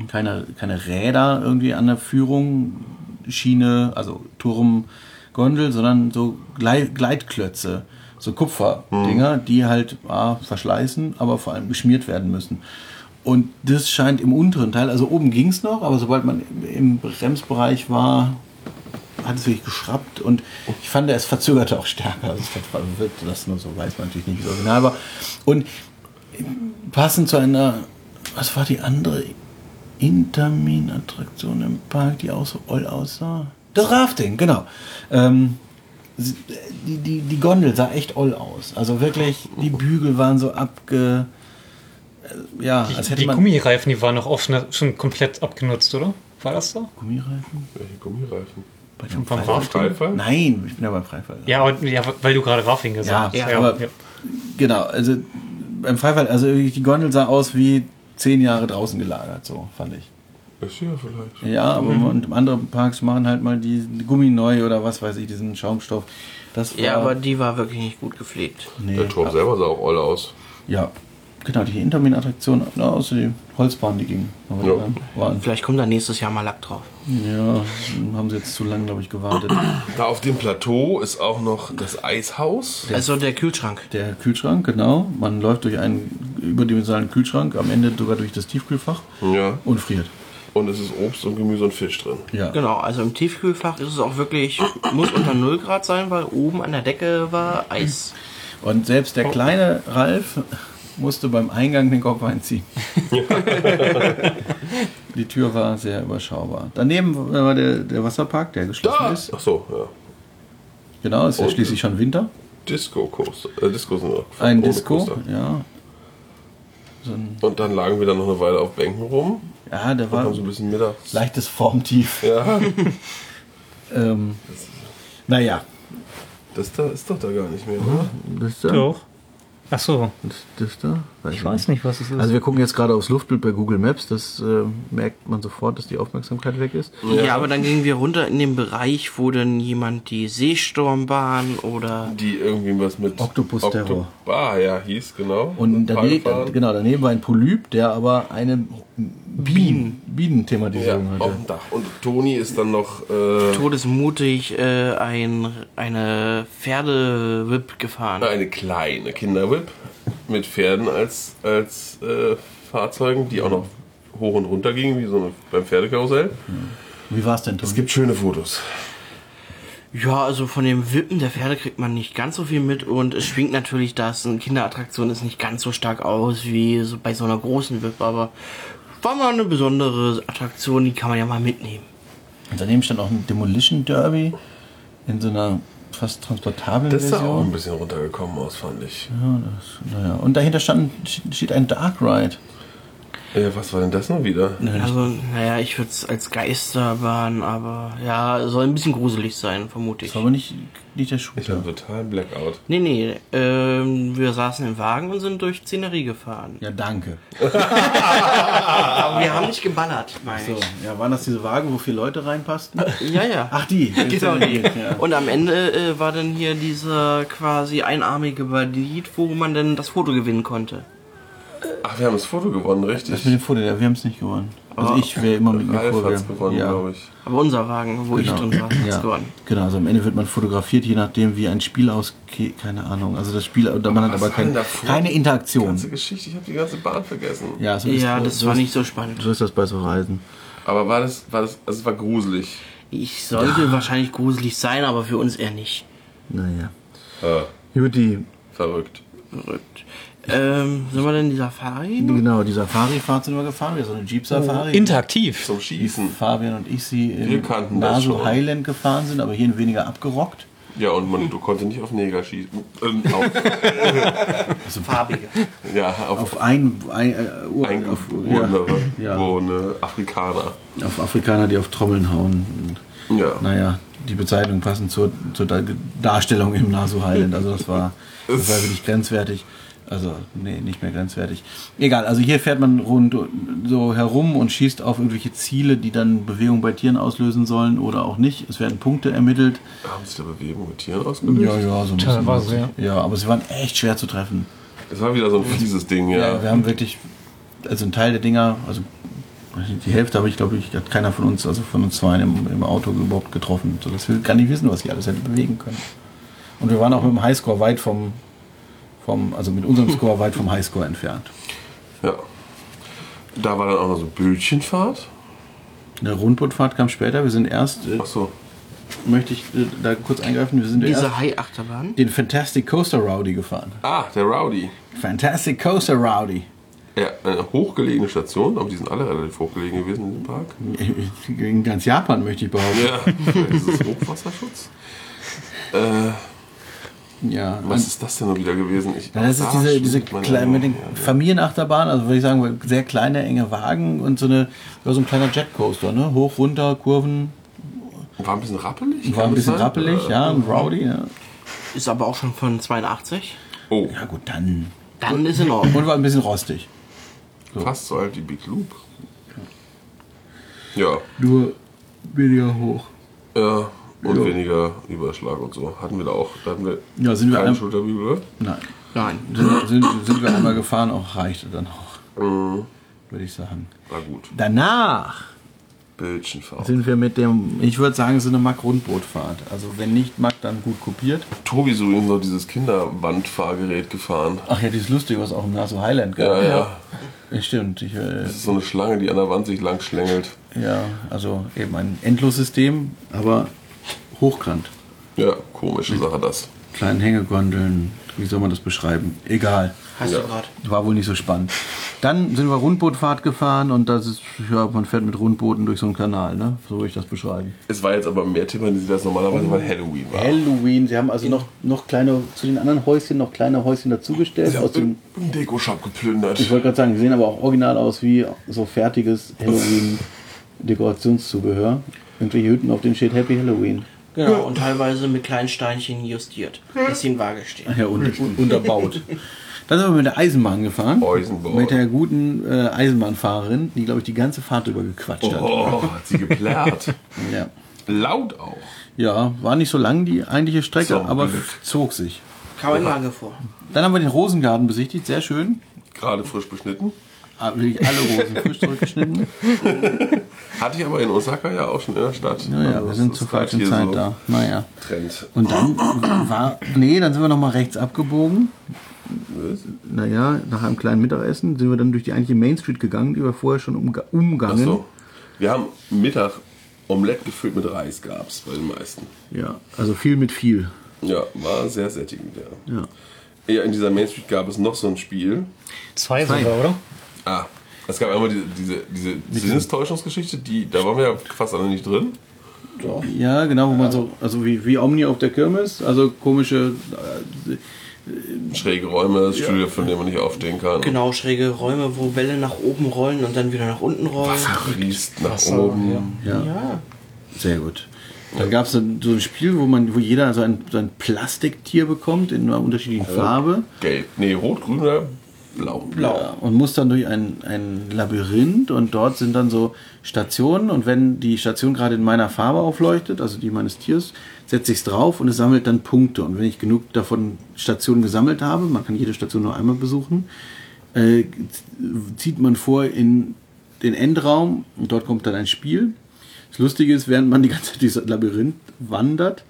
keine, keine Räder irgendwie an der Führung, Schiene, also Turm, Gondel, sondern so Glei- Gleitklötze, so Kupferdinger, die halt A, verschleißen, aber vor allem geschmiert werden müssen. Und das scheint im unteren Teil, also oben ging es noch, aber sobald man im Bremsbereich war, hat es wirklich geschraubt und ich fand, es verzögerte auch stärker. Also vielleicht war- wirkte das nur so, weiß man natürlich nicht, wie es original war. Und passend zu einer, was war die andere Intermin-Attraktion im Park, die auch so oll aussah? Das Rafting, genau. Ähm, sie- die, die, die Gondel sah echt oll aus. Also wirklich, die Bügel waren so abge... äh, Ja, als
Die,
hätte
die
man...
Gummireifen, die waren noch oft schon- schon komplett abgenutzt, oder? War das so?
Gummireifen?
Welche Gummireifen?
Bei dem
Vom
Freifall?
Rafting?
Freifall?
Nein, ich bin ja beim Freifall.
Ja, aber, ja, weil du gerade Rafting gesagt
Ja,
hast.
aber- Genau, also beim Freifall, also wirklich, die Gondel sah aus wie zehn Jahre draußen gelagert, so fand ich.
Ist ja vielleicht.
Ja, aber
Mhm.
und andere Parks machen halt mal die Gummi neu oder was weiß ich, diesen Schaumstoff. Das war,
Ja, aber die war wirklich nicht gut gepflegt.
nee,
Der Turm selber sah auch all aus.
Ja, genau, die Intermin-Attraktion, na, außer die Holzbahn, die ging. Aber
Ja.
die waren,
Vielleicht kommt da nächstes Jahr mal Lack drauf.
ja, haben sie jetzt zu lange, glaube ich, gewartet.
Da auf dem Plateau ist auch noch das Eishaus.
Also der Kühlschrank.
Der Kühlschrank, genau. Man läuft durch einen überdimensionalen Kühlschrank, am Ende sogar durch das Tiefkühlfach
Ja.
und friert.
Und es ist Obst und Gemüse und Fisch drin.
Ja.
Genau, also im Tiefkühlfach ist es auch wirklich, muss unter 0 Grad sein, weil oben an der Decke war Eis.
Und selbst
Oh.
der kleine Ralf musste beim Eingang den Kopf einziehen. Die Tür war sehr überschaubar. Daneben war der, der Wasserpark, der geschlossen
Da!
ist.
Ach so, ja.
Genau, es ist ja
Und- äh,
schließlich schon Winter.
Disco-Coaster. Äh, Disco sind wir.
Ein
Ohne
Disco,
Coaster.
ja.
Und dann lagen wir dann noch eine Weile auf Bänken rum.
Ja, der
Und
war
haben so ein bisschen mittags.
leichtes Formtief.
Ja,
Ähm, naja.
das da ist doch da gar nicht mehr, ne? oder?
Das
Doch. Ach so,
das da?
ich weiß nicht, was es ist.
Also wir gucken jetzt gerade aufs Luftbild bei Google Maps. Das äh, merkt man sofort, dass die Aufmerksamkeit weg ist.
Ja. aber dann gingen wir runter in den Bereich, wo dann jemand die Seesturmbahn oder
Die irgendwie was mit.
Octopus Terror.
Ah, ja, hieß, genau.
Und
Fahrgefahren.
daneben, genau, daneben war ein Polyp, der aber eine Bienen,
Ja,
Bienenthematisierung
auf
hatte.
dem Dach. Und Toni ist dann noch. Äh,
todesmutig äh, ein, eine Pferdewip gefahren.
eine kleine Kinderwhip mit Pferden als, als äh, Fahrzeugen, die auch noch hoch und runter gingen, wie so eine, beim Pferdekarussell.
Wie war es denn, Toni?
Es gibt schöne Fotos.
Ja, also von dem Wippen der Pferde kriegt man nicht ganz so viel mit und es schwingt natürlich, dass eine Kinderattraktion ist nicht ganz so stark aus wie so bei so einer großen Wippe, aber war mal eine besondere Attraktion, die kann man ja mal mitnehmen.
Und daneben stand auch ein Demolition Derby in so einer fast transportablen
Das sah auch
Version.
ein bisschen runtergekommen aus, fand ich.
Ja, das, naja. Und dahinter stand, steht ein Dark Ride.
Äh, was war denn das nun wieder?
Also, naja, ich würde es als Geisterbahn, aber ja, soll ein bisschen gruselig sein, vermute ich.
Das war aber nicht, nicht der
Ich habe
Shooter.
total Blackout.
Nee, nee, ähm, wir saßen im Wagen und sind durch Szenerie gefahren.
Ja, danke.
Aber wir haben nicht geballert, meine
Ah. So, ja, waren das diese Wagen, wo vier Leute reinpassten?
ich. Ja, ja.
Ach, die.
Genau die.
Ja.
Und am Ende äh, war dann hier dieser quasi einarmige Bandit, wo man dann das Foto gewinnen konnte.
Ach, wir haben das Foto gewonnen,
Das mit
richtig?
dem Foto, ja, wir haben es nicht gewonnen. Also
Ah.
ich wäre immer mit mir
Ralf
vorgegangen.
hat's gewonnen,
ja.
glaube ich.
Aber unser Wagen, wo ich drin war, hat's
Genau. Ja.
gewonnen.
Genau, also am Ende wird man fotografiert, je nachdem wie ein Spiel ausgeht, keine Ahnung. Also das Spiel, oder man hat
was
aber
war
kein,
denn davor?
keine
Die
Interaktion.
ganze Geschichte, ich habe die ganze Bahn vergessen.
Ja, so ist,
Ja,
so,
das
so
war
ist,
nicht so spannend.
So ist das bei so Reisen.
Aber war das, war das, also es war gruselig.
Ich sollte wahrscheinlich gruselig sein, aber für uns eher nicht.
Naja.
Äh,
Juti,
verrückt.
Verrückt. Ähm, sind wir denn in die Safari?
genau, die Safari-Fahrt sind wir gefahren, wir so eine Jeep-Safari.
Interaktiv.
Zum Schießen.
Fabian und ich sie
Oh, Wir
in
kannten das
Naso
schon.
Highland gefahren sind, aber hier ein weniger abgerockt.
Ja, und man, du konntest nicht auf Neger schießen. Ähm, auf,
Farbige.
ja, auf,
Also Auf ein, ein, äh, Ur-
ein
auf,
Urlaub,
ja, ja,
wo eine Afrikaner.
auf Afrikaner, die auf Trommeln hauen. Und
Ja.
Naja, die Bezeichnung passend zur, zur Dar- Darstellung im Nasu Highland. Also das war, das war wirklich grenzwertig. Also, nee, nicht mehr grenzwertig. Egal, also hier fährt man rund so herum und schießt auf irgendwelche Ziele, die dann Bewegung bei Tieren auslösen sollen oder auch nicht. Es werden Punkte ermittelt.
Haben sie da Bewegung mit Tieren ausgelöst?
ja, so ein
Mhm. Teilweise, ja.
Ja, aber sie waren echt schwer zu treffen.
Das war wieder so ein fieses Ding, ja.
Ja, wir haben wirklich, also ein Teil der Dinger, also die Hälfte habe ich, glaube ich, hat keiner von uns, also von uns zwei im, im Auto überhaupt getroffen, sodass wir gar nicht wissen, was ich alles hätte bewegen können. Und wir waren auch mit dem Highscore weit vom, vom also mit unserem Score weit vom Highscore entfernt.
ja. Da war dann auch noch so Bötchenfahrt.
Eine Rundbootfahrt kam später, wir sind erst, äh,
Ach so.
möchte ich äh, da kurz eingreifen, wir sind erst
Diese Hai-Achterbahn.
den Fantastic Coaster Rowdy gefahren.
Ah, der Rowdy.
Fantastic Coaster Rowdy.
Ja, eine hochgelegene Station, aber die sind alle relativ hochgelegen gewesen in dem Park.
In ganz Japan möchte ich behaupten.
Ja, dieses Hochwasserschutz. Äh,
Ja,
was ist das denn nur wieder gewesen? Ich,
Ja, das
auch
ist
da
diese, diese
schwingt man
kleine,
immer.
mit den
Ja,
Familienachterbahnen, also würde ich sagen, sehr kleine, enge Wagen und so, eine, ja, so ein kleiner Jetcoaster, ne? Hoch, runter, Kurven,
War ein bisschen rappelig.
war ein
kann das
bisschen
sein?
rappelig,
Äh,
ja, und rowdy, ja.
Ist aber auch schon von 82.
Oh,
Ja, gut, dann.
Dann ist in Ordnung.
Und war ein bisschen rostig.
fast so alt wie Big Loop. Ja,
Nur weniger hoch.
ja und weniger Überschlag und so. Hatten wir da auch. Da hatten wir
Ja, sind wir
keine
einmal,
Schulterbügel.
nein,
Nein.
sind, sind, sind wir einmal gefahren, auch reichte dann auch,
Mhm.
würde ich sagen.
Na gut.
Danach
Bildchenfahrt.
sind wir mit dem, ich würde sagen, so eine Mack-Rundbootfahrt. Also wenn nicht Mack, dann gut kopiert.
Tobi ist übrigens noch dieses Kinderwandfahrgerät gefahren.
Ach ja, die ist lustig, was auch im Naso Highland
Ja,
gab.
ja.
Ja, Stimmt, ich, äh,
Das ist so eine Schlange, die an der Wand sich lang schlängelt.
Ja, also eben ein Endlossystem, aber hochkant.
Ja, komische Sache das.
Kleinen Hängegondeln, wie soll man das beschreiben? Egal.
Hast
Ja.
du gerade.
War wohl nicht so spannend. Dann sind wir Rundbootfahrt gefahren und das ist, ja, man fährt mit Rundbooten durch so einen Kanal, ne? So würde ich das beschreiben.
Es war jetzt aber mehr thematisiert als normalerweise, weil Halloween war.
Halloween, sie haben also noch, noch kleine, zu den anderen Häuschen noch kleine Häuschen dazugestellt.
Sie haben im im Deko-Shop geplündert.
Ich wollte gerade sagen, die sehen aber auch original aus wie so fertiges Halloween-Dekorationszubehör. Irgendwelche Hütten, auf denen steht Happy Halloween.
Genau. Und teilweise mit kleinen Steinchen justiert, dass sie in Waage stehen.
Ja, un unterbaut. Dann sind wir mit der Eisenbahn gefahren.
Eisenbahn.
Mit der guten äh, Eisenbahnfahrerin, die, glaube ich, die ganze Fahrt über gequatscht hat.
Oh, hat sie geplärrt.
Ja.
Laut auch.
ja, war nicht so lang die eigentliche Strecke,
Zum
aber
Glück.
zog sich.
Kam in Waage vor.
Dann haben wir den Rosengarten besichtigt, sehr schön.
Gerade frisch beschnitten.
Ah, Wirklich alle Rosen frisch zurückgeschnitten.
Hatte ich aber in Osaka ja auch schon in der Stadt.
Naja,
Also
wir
es
sind
ist
zur
gerade
falschen
hier
Zeit
so
da. Hm? Naja.
Trend.
Und dann war. Nee, dann sind wir nochmal rechts abgebogen. Naja, nach einem kleinen Mittagessen sind wir dann durch die eigentliche Main Street gegangen, die wir vorher schon umga umgangen.
Achso. Wir haben Mittag Omelette gefüllt mit Reis gab's bei den meisten.
Ja, also viel mit viel.
Ja, war sehr sättigend, ja.
Ja.
Ja, in dieser Main Street gab es noch so ein Spiel.
Zwei sogar, oder?
Ah, es gab einmal diese, diese, diese Sinnestäuschungsgeschichte, die, da waren wir ja fast alle nicht drin. Doch.
Ja, genau, wo man so, also wie, wie Omni auf der Kirmes, also komische, äh,
Schräge Räume, Stühle, von denen man nicht aufstehen kann.
Genau, schräge Räume, wo Bälle nach oben rollen und dann wieder nach unten rollen.
Wasser fließt nach
Wasser,
oben.
ja.
ja,
Ja.
sehr gut. Dann gab es so ein Spiel, wo man, wo jeder so ein, so ein Plastiktier bekommt in einer unterschiedlichen Farbe.
Gelb. Nee, rot, grün oder blau.
Ja, und muss dann durch ein, ein Labyrinth und dort sind dann so Stationen und wenn die Station gerade in meiner Farbe aufleuchtet, also die meines Tiers, setze ich es drauf und es sammelt dann Punkte. Und wenn ich genug davon Stationen gesammelt habe, man kann jede Station nur einmal besuchen, äh, zieht man vor in den Endraum und dort kommt dann ein Spiel. Das Lustige ist, während man die ganze Zeit dieses Labyrinth wandert,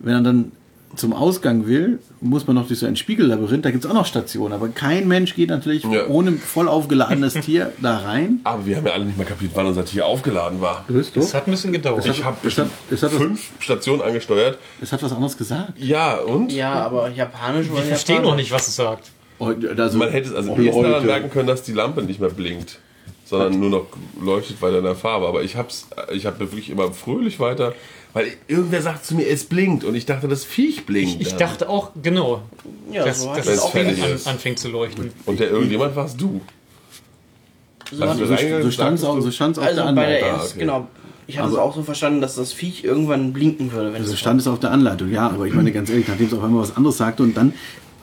wenn er dann zum Ausgang will, muss man noch durch so ein Spiegellabyrinth, da gibt es auch noch Stationen, aber kein Mensch geht natürlich
Ja.
ohne voll aufgeladenes Tier da rein.
Aber Ah, wir haben ja alle nicht mal kapiert, wann unser Tier aufgeladen war.
Das hat ein bisschen gedauert.
Ich habe
Es hat, es, hat was,
fünf Stationen angesteuert.
es hat was anderes gesagt.
Ja, und?
Ja, aber japanisch oder
Ich verstehe noch nicht, was es sagt.
Und, also,
Man hätte es also
Und
ehesten daran
heute.
merken können, dass die Lampe nicht mehr blinkt, sondern nur noch leuchtet weiter in der Farbe. Aber ich hab's, ich hab wirklich immer fröhlich weiter, weil irgendwer sagt zu mir, es blinkt und ich dachte, das Viech blinkt.
Ich
dann.
dachte auch, genau,
Ja,
dass,
so hat
dass
es
es
auch
auch an,
fertig.
anfängt zu leuchten.
und der irgendjemand warst du.
So hat
Also
so so stand es auch,
sagtest
so
du-
stand's auf
Also
der
bei der
Anleitung.
Ah,
ersten,
okay. Also-
genau. Ich habe es auch so verstanden, dass das Viech irgendwann blinken würde, wenn
Also
es
stand es auf der Anleitung, ja, aber ich meine ganz ehrlich, nachdem es auf einmal was anderes sagte und dann,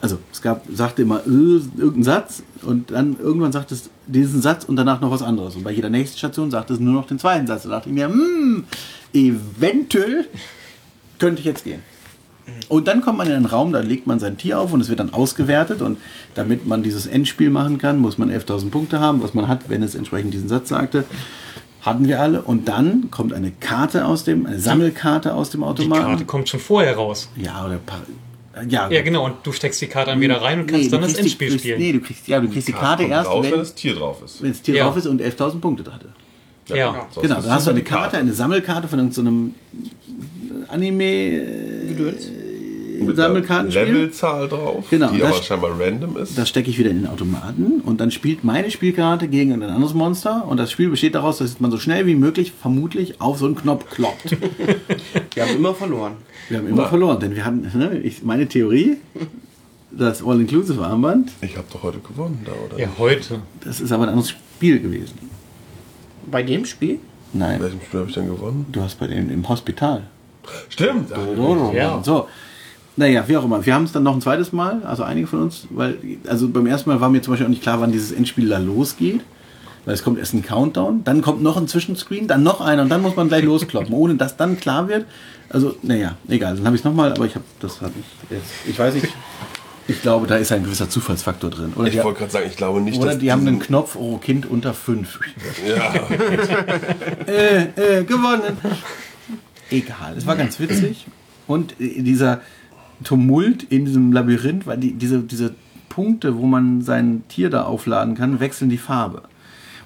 also es gab, sagte immer äh, irgendeinen Satz und dann irgendwann sagt es diesen Satz und danach noch was anderes. Und bei jeder nächsten Station sagt es nur noch den zweiten Satz. Da dachte ich mir, hm, eventuell könnte ich jetzt gehen. Und dann kommt man in einen Raum, da legt man sein Tier auf und es wird dann ausgewertet. Und damit man dieses Endspiel machen kann, muss man 11.000 Punkte haben, was man hat, wenn es entsprechend diesen Satz sagte. Hatten wir alle. Und dann kommt eine Karte aus dem, eine Sammelkarte aus dem
Die Karte
Automaten.
kommt schon vorher raus.
Ja, oder paar, ja,
Ja, genau, und du steckst die Karte dann wieder rein und kannst
Nee, du
dann das
kriegst die-
Endspiel
du,
spielen.
Nee, du kriegst, ja, du kriegst die Karte
Kommt
erst,
raus, wenn,
wenn,
das Tier drauf ist.
wenn das Tier
Ja.
drauf ist und 11.000 Punkte hatte.
Ja.
sonst
Genau,
ist
da hast
es
du
nur
eine Karte, eine Sammelkarte von irgendeinem Anime-Sammelkartenspiel.
mit einer Levelzahl drauf,
Genau,
die
das-
aber scheinbar random ist.
Das stecke ich wieder in den Automaten und dann spielt meine Spielkarte gegen ein anderes Monster und das Spiel besteht daraus, dass man so schnell wie möglich vermutlich auf so einen Knopf kloppt.
blinkt. Wir haben immer verloren.
Wir haben immer verloren, denn wir hatten, ne, ich, meine Theorie, das All-Inclusive-Armband,
ich habe doch heute gewonnen, da, oder?
Ja, heute.
das ist aber ein anderes Spiel gewesen.
Bei dem Spiel?
In
Nein,
welchem Spiel habe ich dann gewonnen?
du hast bei dem im Hospital.
Stimmt.
Ja.
So. Naja, wie auch immer. Wir haben es dann noch ein zweites Mal, also einige von uns, weil, also beim ersten Mal war mir zum Beispiel auch nicht klar, wann dieses Endspiel da losgeht. Weil es kommt erst ein Countdown, dann kommt noch ein Zwischenscreen, dann noch einer und dann muss man gleich loskloppen, ohne dass dann klar wird. Also, naja, egal, dann habe ich es nochmal, aber ich habe das hat nicht jetzt. Ich weiß nicht. Ich glaube, da ist ein gewisser Zufallsfaktor drin. Oder,
Ich
die,
wollte gerade sagen, ich glaube nicht,
oder
dass
die haben
diesen-
einen Knopf, oh, Kind unter fünf.
Ja,
äh, äh, gewonnen. Egal, es war ganz witzig. Und äh, dieser Tumult in diesem Labyrinth, weil die, diese, diese Punkte, wo man sein Tier da aufladen kann, wechseln die Farbe.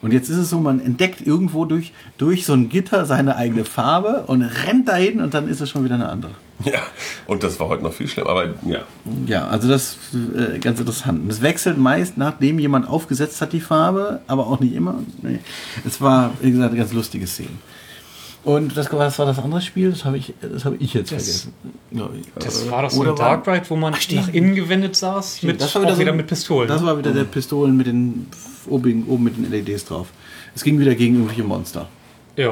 Und jetzt ist es so, man entdeckt irgendwo durch, durch so ein Gitter seine eigene Farbe und rennt dahin und dann ist es schon wieder eine andere.
ja. Und das war heute noch viel schlimmer, aber ja.
Ja, also das ist äh, ganz interessant. Und Es wechselt meist, nachdem jemand aufgesetzt hat, die Farbe, aber auch nicht immer. Nee. Es war, wie gesagt, eine ganz lustige Szene. Und das, was war das andere Spiel? Das habe ich, das habe ich jetzt vergessen. Ja,
Das
äh,
war doch so
oder
ein Dark Ride, wo man nach innen gewendet saß, mit, auch wieder,
so-
mit Pistolen. ne?
Das war wieder der Pistolen mit den oben, oben mit den LEDs drauf. Es ging wieder gegen irgendwelche Monster.
ja.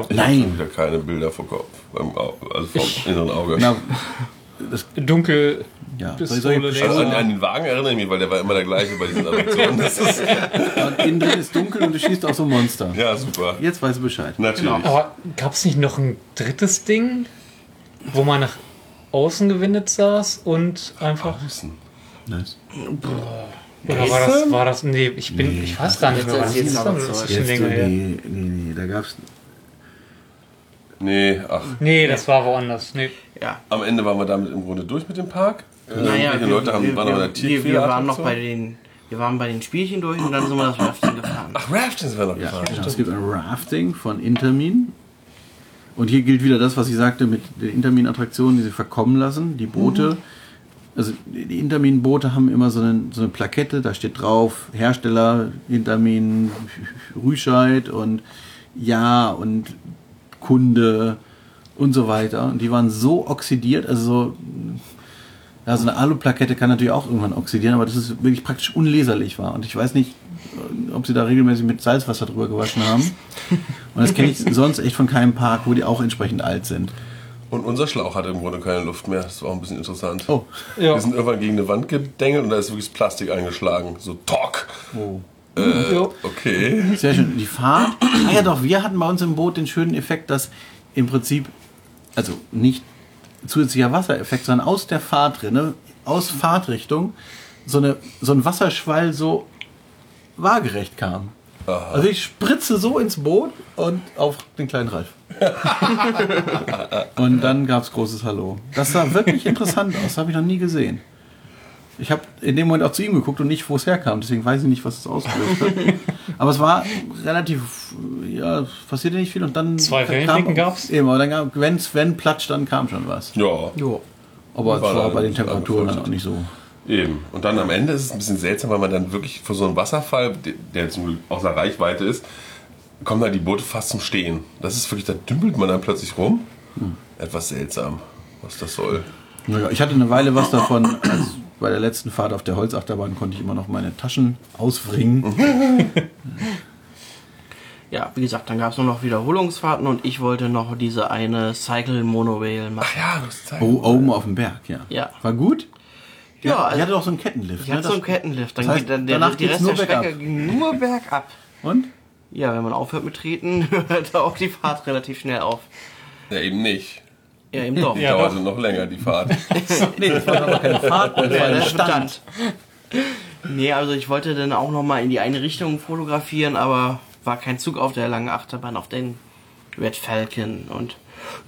Ich hab
Nein.
wieder keine Bilder vor Kopf. Beim Au- Also vom inneren Auge.
Na,
Dunkel.
ja,
Pistole,
solche
also an,
Laser.
an den Wagen erinnere ich mich, weil der war immer der gleiche bei diesen Aktionen. Das ist,
Und Äh, innen drin ist dunkel und du schießt auch so Monster.
ja, super.
Jetzt weißt du Bescheid.
Natürlich.
Genau.
Aber gab es nicht noch ein drittes Ding, wo man nach außen gewendet saß und einfach.
Nice.
Oder war das, war das. Nee, ich bin. Ich weiß gar nicht mehr, was
Jetzt
das ist.
aber
Das ist
Zeug.
schon länger her.
äh, nee, nee, nee, da gab's
Nee, ach.
Nee, das war woanders. Nee.
Ja.
Am Ende waren wir damit im Grunde durch mit dem Park.
Naja,
Also Irgendwelche
Äh, wir,
Leute haben,
wir,
waren noch in der
wir, wir, wir waren noch
Tierquäleraktion.
bei den, wir waren bei den Spielchen durch und dann sind wir das Rafting gefahren.
Ach, Rafting sind wir noch gefahren.
Genau, es gibt ein Rafting von Intermin. Und hier gilt wieder das, was ich sagte mit den Intermin-Attraktionen, die sie verkommen lassen. Die Boote, also die Intermin-Boote haben immer so eine, so eine Plakette, da steht drauf Hersteller, Intermin, Rüscheid und Ja und Kunde und so weiter. Und die waren so oxidiert, also so, ja, so eine Aluplakette kann natürlich auch irgendwann oxidieren, aber das ist wirklich praktisch unleserlich war. Und ich weiß nicht, äh, ob sie da regelmäßig mit Salzwasser drüber gewaschen haben. Und das kenne ich sonst echt von keinem Park, wo die auch entsprechend alt sind.
Und unser Schlauch hat im Grunde keine Luft mehr. Das war auch ein bisschen interessant.
Oh.
Ja.
Wir sind irgendwann gegen eine Wand gedengelt und da ist wirklich das Plastik eingeschlagen. So Talk.
Oh.
Äh,
Ja.
okay.
Sehr schön. Die Fahrt. Ah ja, doch, wir hatten bei uns im Boot den schönen Effekt, dass im Prinzip, also nicht zusätzlicher Wassereffekt, sondern aus der Fahrtrinne, aus Fahrtrichtung, so, eine, so ein Wasserschwall so waagerecht kam. Also ich spritze so ins Boot und auf den kleinen Ralf. und dann gab es großes Hallo. Das sah wirklich interessant aus, das habe ich noch nie gesehen. Ich habe in dem Moment auch zu ihm geguckt und nicht, wo es herkam. Deswegen weiß ich nicht, was es ausgelöst hat. aber es war relativ, ja, es passierte nicht viel. Und dann
Zwei Wellenblicken gab's?
Eben, aber dann gab, wenn Sven platscht, dann kam schon was.
Ja,
Jo.
Aber es
War
war
dann
bei den
nicht
Temperaturen dann auch
angefeuchtet.
nicht so.
eben. Und dann am Ende ist es ein bisschen seltsam, weil man dann wirklich vor so einem Wasserfall, de- der zum Glück außer Reichweite ist, kommen da die Boote fast zum Stehen. Das ist wirklich, da dümpelt man dann plötzlich rum.
Hm.
Etwas seltsam, was das soll.
Naja, ich hatte eine Weile was davon. Als bei der letzten Fahrt auf der Holzachterbahn konnte ich immer noch meine Taschen
Mhm.
auswringen.
Ja, wie gesagt, dann gab es nur noch Wiederholungsfahrten und ich wollte noch diese eine Cycle Monorail machen.
Ja, das zeigt.
Oh, oben auf dem Berg, ja.
Ja.
War gut?
Ja,
ich
also-
hatte doch so einen Kettenlift. ne?
Ich hatte so einen Kettenlift, dann
das heißt,
geht dann der,
danach
die
geht's
Rest
nur
der Strecke
bergab.
ging nur bergab.
Und?
Ja, wenn man aufhört mit Treten, hört auch die Fahrt relativ schnell auf.
Ja, eben nicht.
Ja, eben doch.
Die
Ja,
dauerte noch länger, die Fahrt.
Nee, das war aber keine Fahrt, das war
Ja,
ein
das
Stand.
stand. Nee, also ich wollte dann auch nochmal in die eine Richtung fotografieren, aber war kein Zug auf der langen Achterbahn, auf den Red Falcon. Und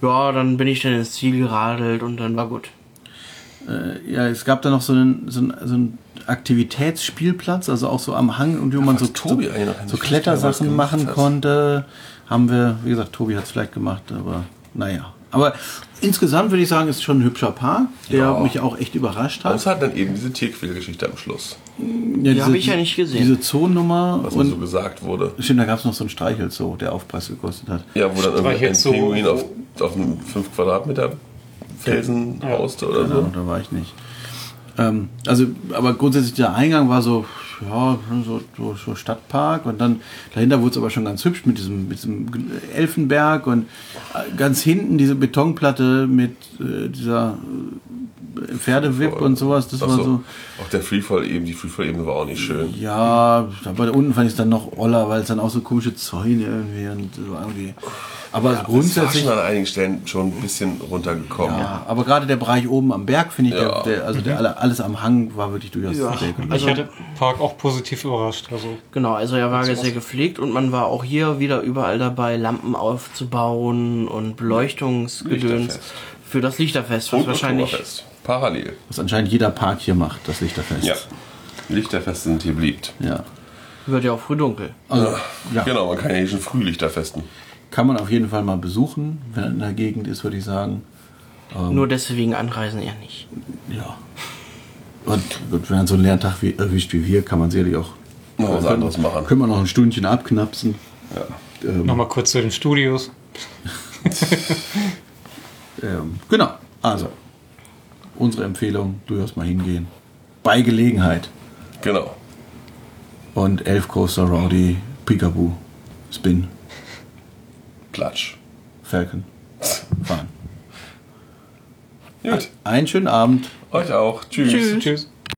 ja, dann bin ich dann ins Ziel geradelt und dann war gut.
Äh, ja, es gab da noch so einen, so einen, so einen Aktivitätsspielplatz, also auch so am Hang, und wo man so,
Tobi
so,
eigentlich noch nicht
so
verstanden, was
Klettersachen
gemacht
machen
hat.
konnte. Haben wir, wie gesagt, Tobi hat es vielleicht gemacht, aber naja. Aber insgesamt würde ich sagen, ist schon ein hübscher Paar, der
Ja.
mich auch echt überrascht hat.
Außer hat dann eben diese Tierquälgeschichte am Schluss,
Ja,
Die hab ich ja nicht gesehen.
Diese Zoonnummer
was mir so
und
gesagt wurde.
stimmt, da gab es noch so einen Streichelzoo, der Aufpreis gekostet hat.
Ja, wo dann irgendwie ein
Streichelt so-
Pinguin auf, auf einem 5 Quadratmeter Felsen hauste oder
Keine
so.
Ahnung, da war ich nicht. Ähm, also, aber grundsätzlich der Eingang war so, ja, so, so, so Stadtpark und dann dahinter wurde es aber schon ganz hübsch mit diesem, mit diesem Elfenberg und äh, ganz hinten diese Betonplatte mit äh, dieser äh, Pferdewip und sowas. Das
Ach
war so.
Auch der Freefall-Ebene, die Freefall-Ebene war auch nicht schön.
Ja, aber da unten fand ich es dann noch oller, weil es dann auch so komische Zäune irgendwie und so irgendwie. Aber grundsätzlich.
Das war schon an einigen Stellen schon ein bisschen runtergekommen.
Ja, aber gerade der Bereich oben am Berg finde ich,
Ja.
der, der, also der alle, alles am Hang war wirklich durchaus
Ja. Also
sehr gut.
Ich hatte Park auch positiv überrascht. Also
Genau, also er war sehr gepflegt und man war auch hier wieder überall dabei, Lampen aufzubauen und Beleuchtungsgedöns
Lichterfest.
für das Lichterfest, was
Und
wahrscheinlich
Oktoberfest. Parallel.
Was anscheinend jeder Park hier macht, das Lichterfest.
Ja. Lichterfest sind hier beliebt.
ja.
wird ja auch früh dunkel.
Also, ja,
Genau, man kann ja hier schon früh Lichterfesten.
kann man auf jeden Fall mal besuchen, wenn er in der Gegend ist, würde ich sagen.
Ähm.
Nur deswegen anreisen eher nicht.
Ja. Und gut, wenn man so einen leeren Tag wie, erwischt wie wir, kann man sicherlich auch
Noch was
können-
anderes machen.
Können wir noch ein Stündchen abknapsen.
Ja.
nochmal kurz zu den Studios.
Ähm, genau, also unsere Empfehlung, durchaus mal hingehen. Bei Gelegenheit.
Genau.
Und Elf Coaster Rowdy, Peekaboo, Spin,
Klatsch.
Falcon fahren.
Gut.
Einen schönen Abend.
Euch auch. Tschüss.
Tschüss.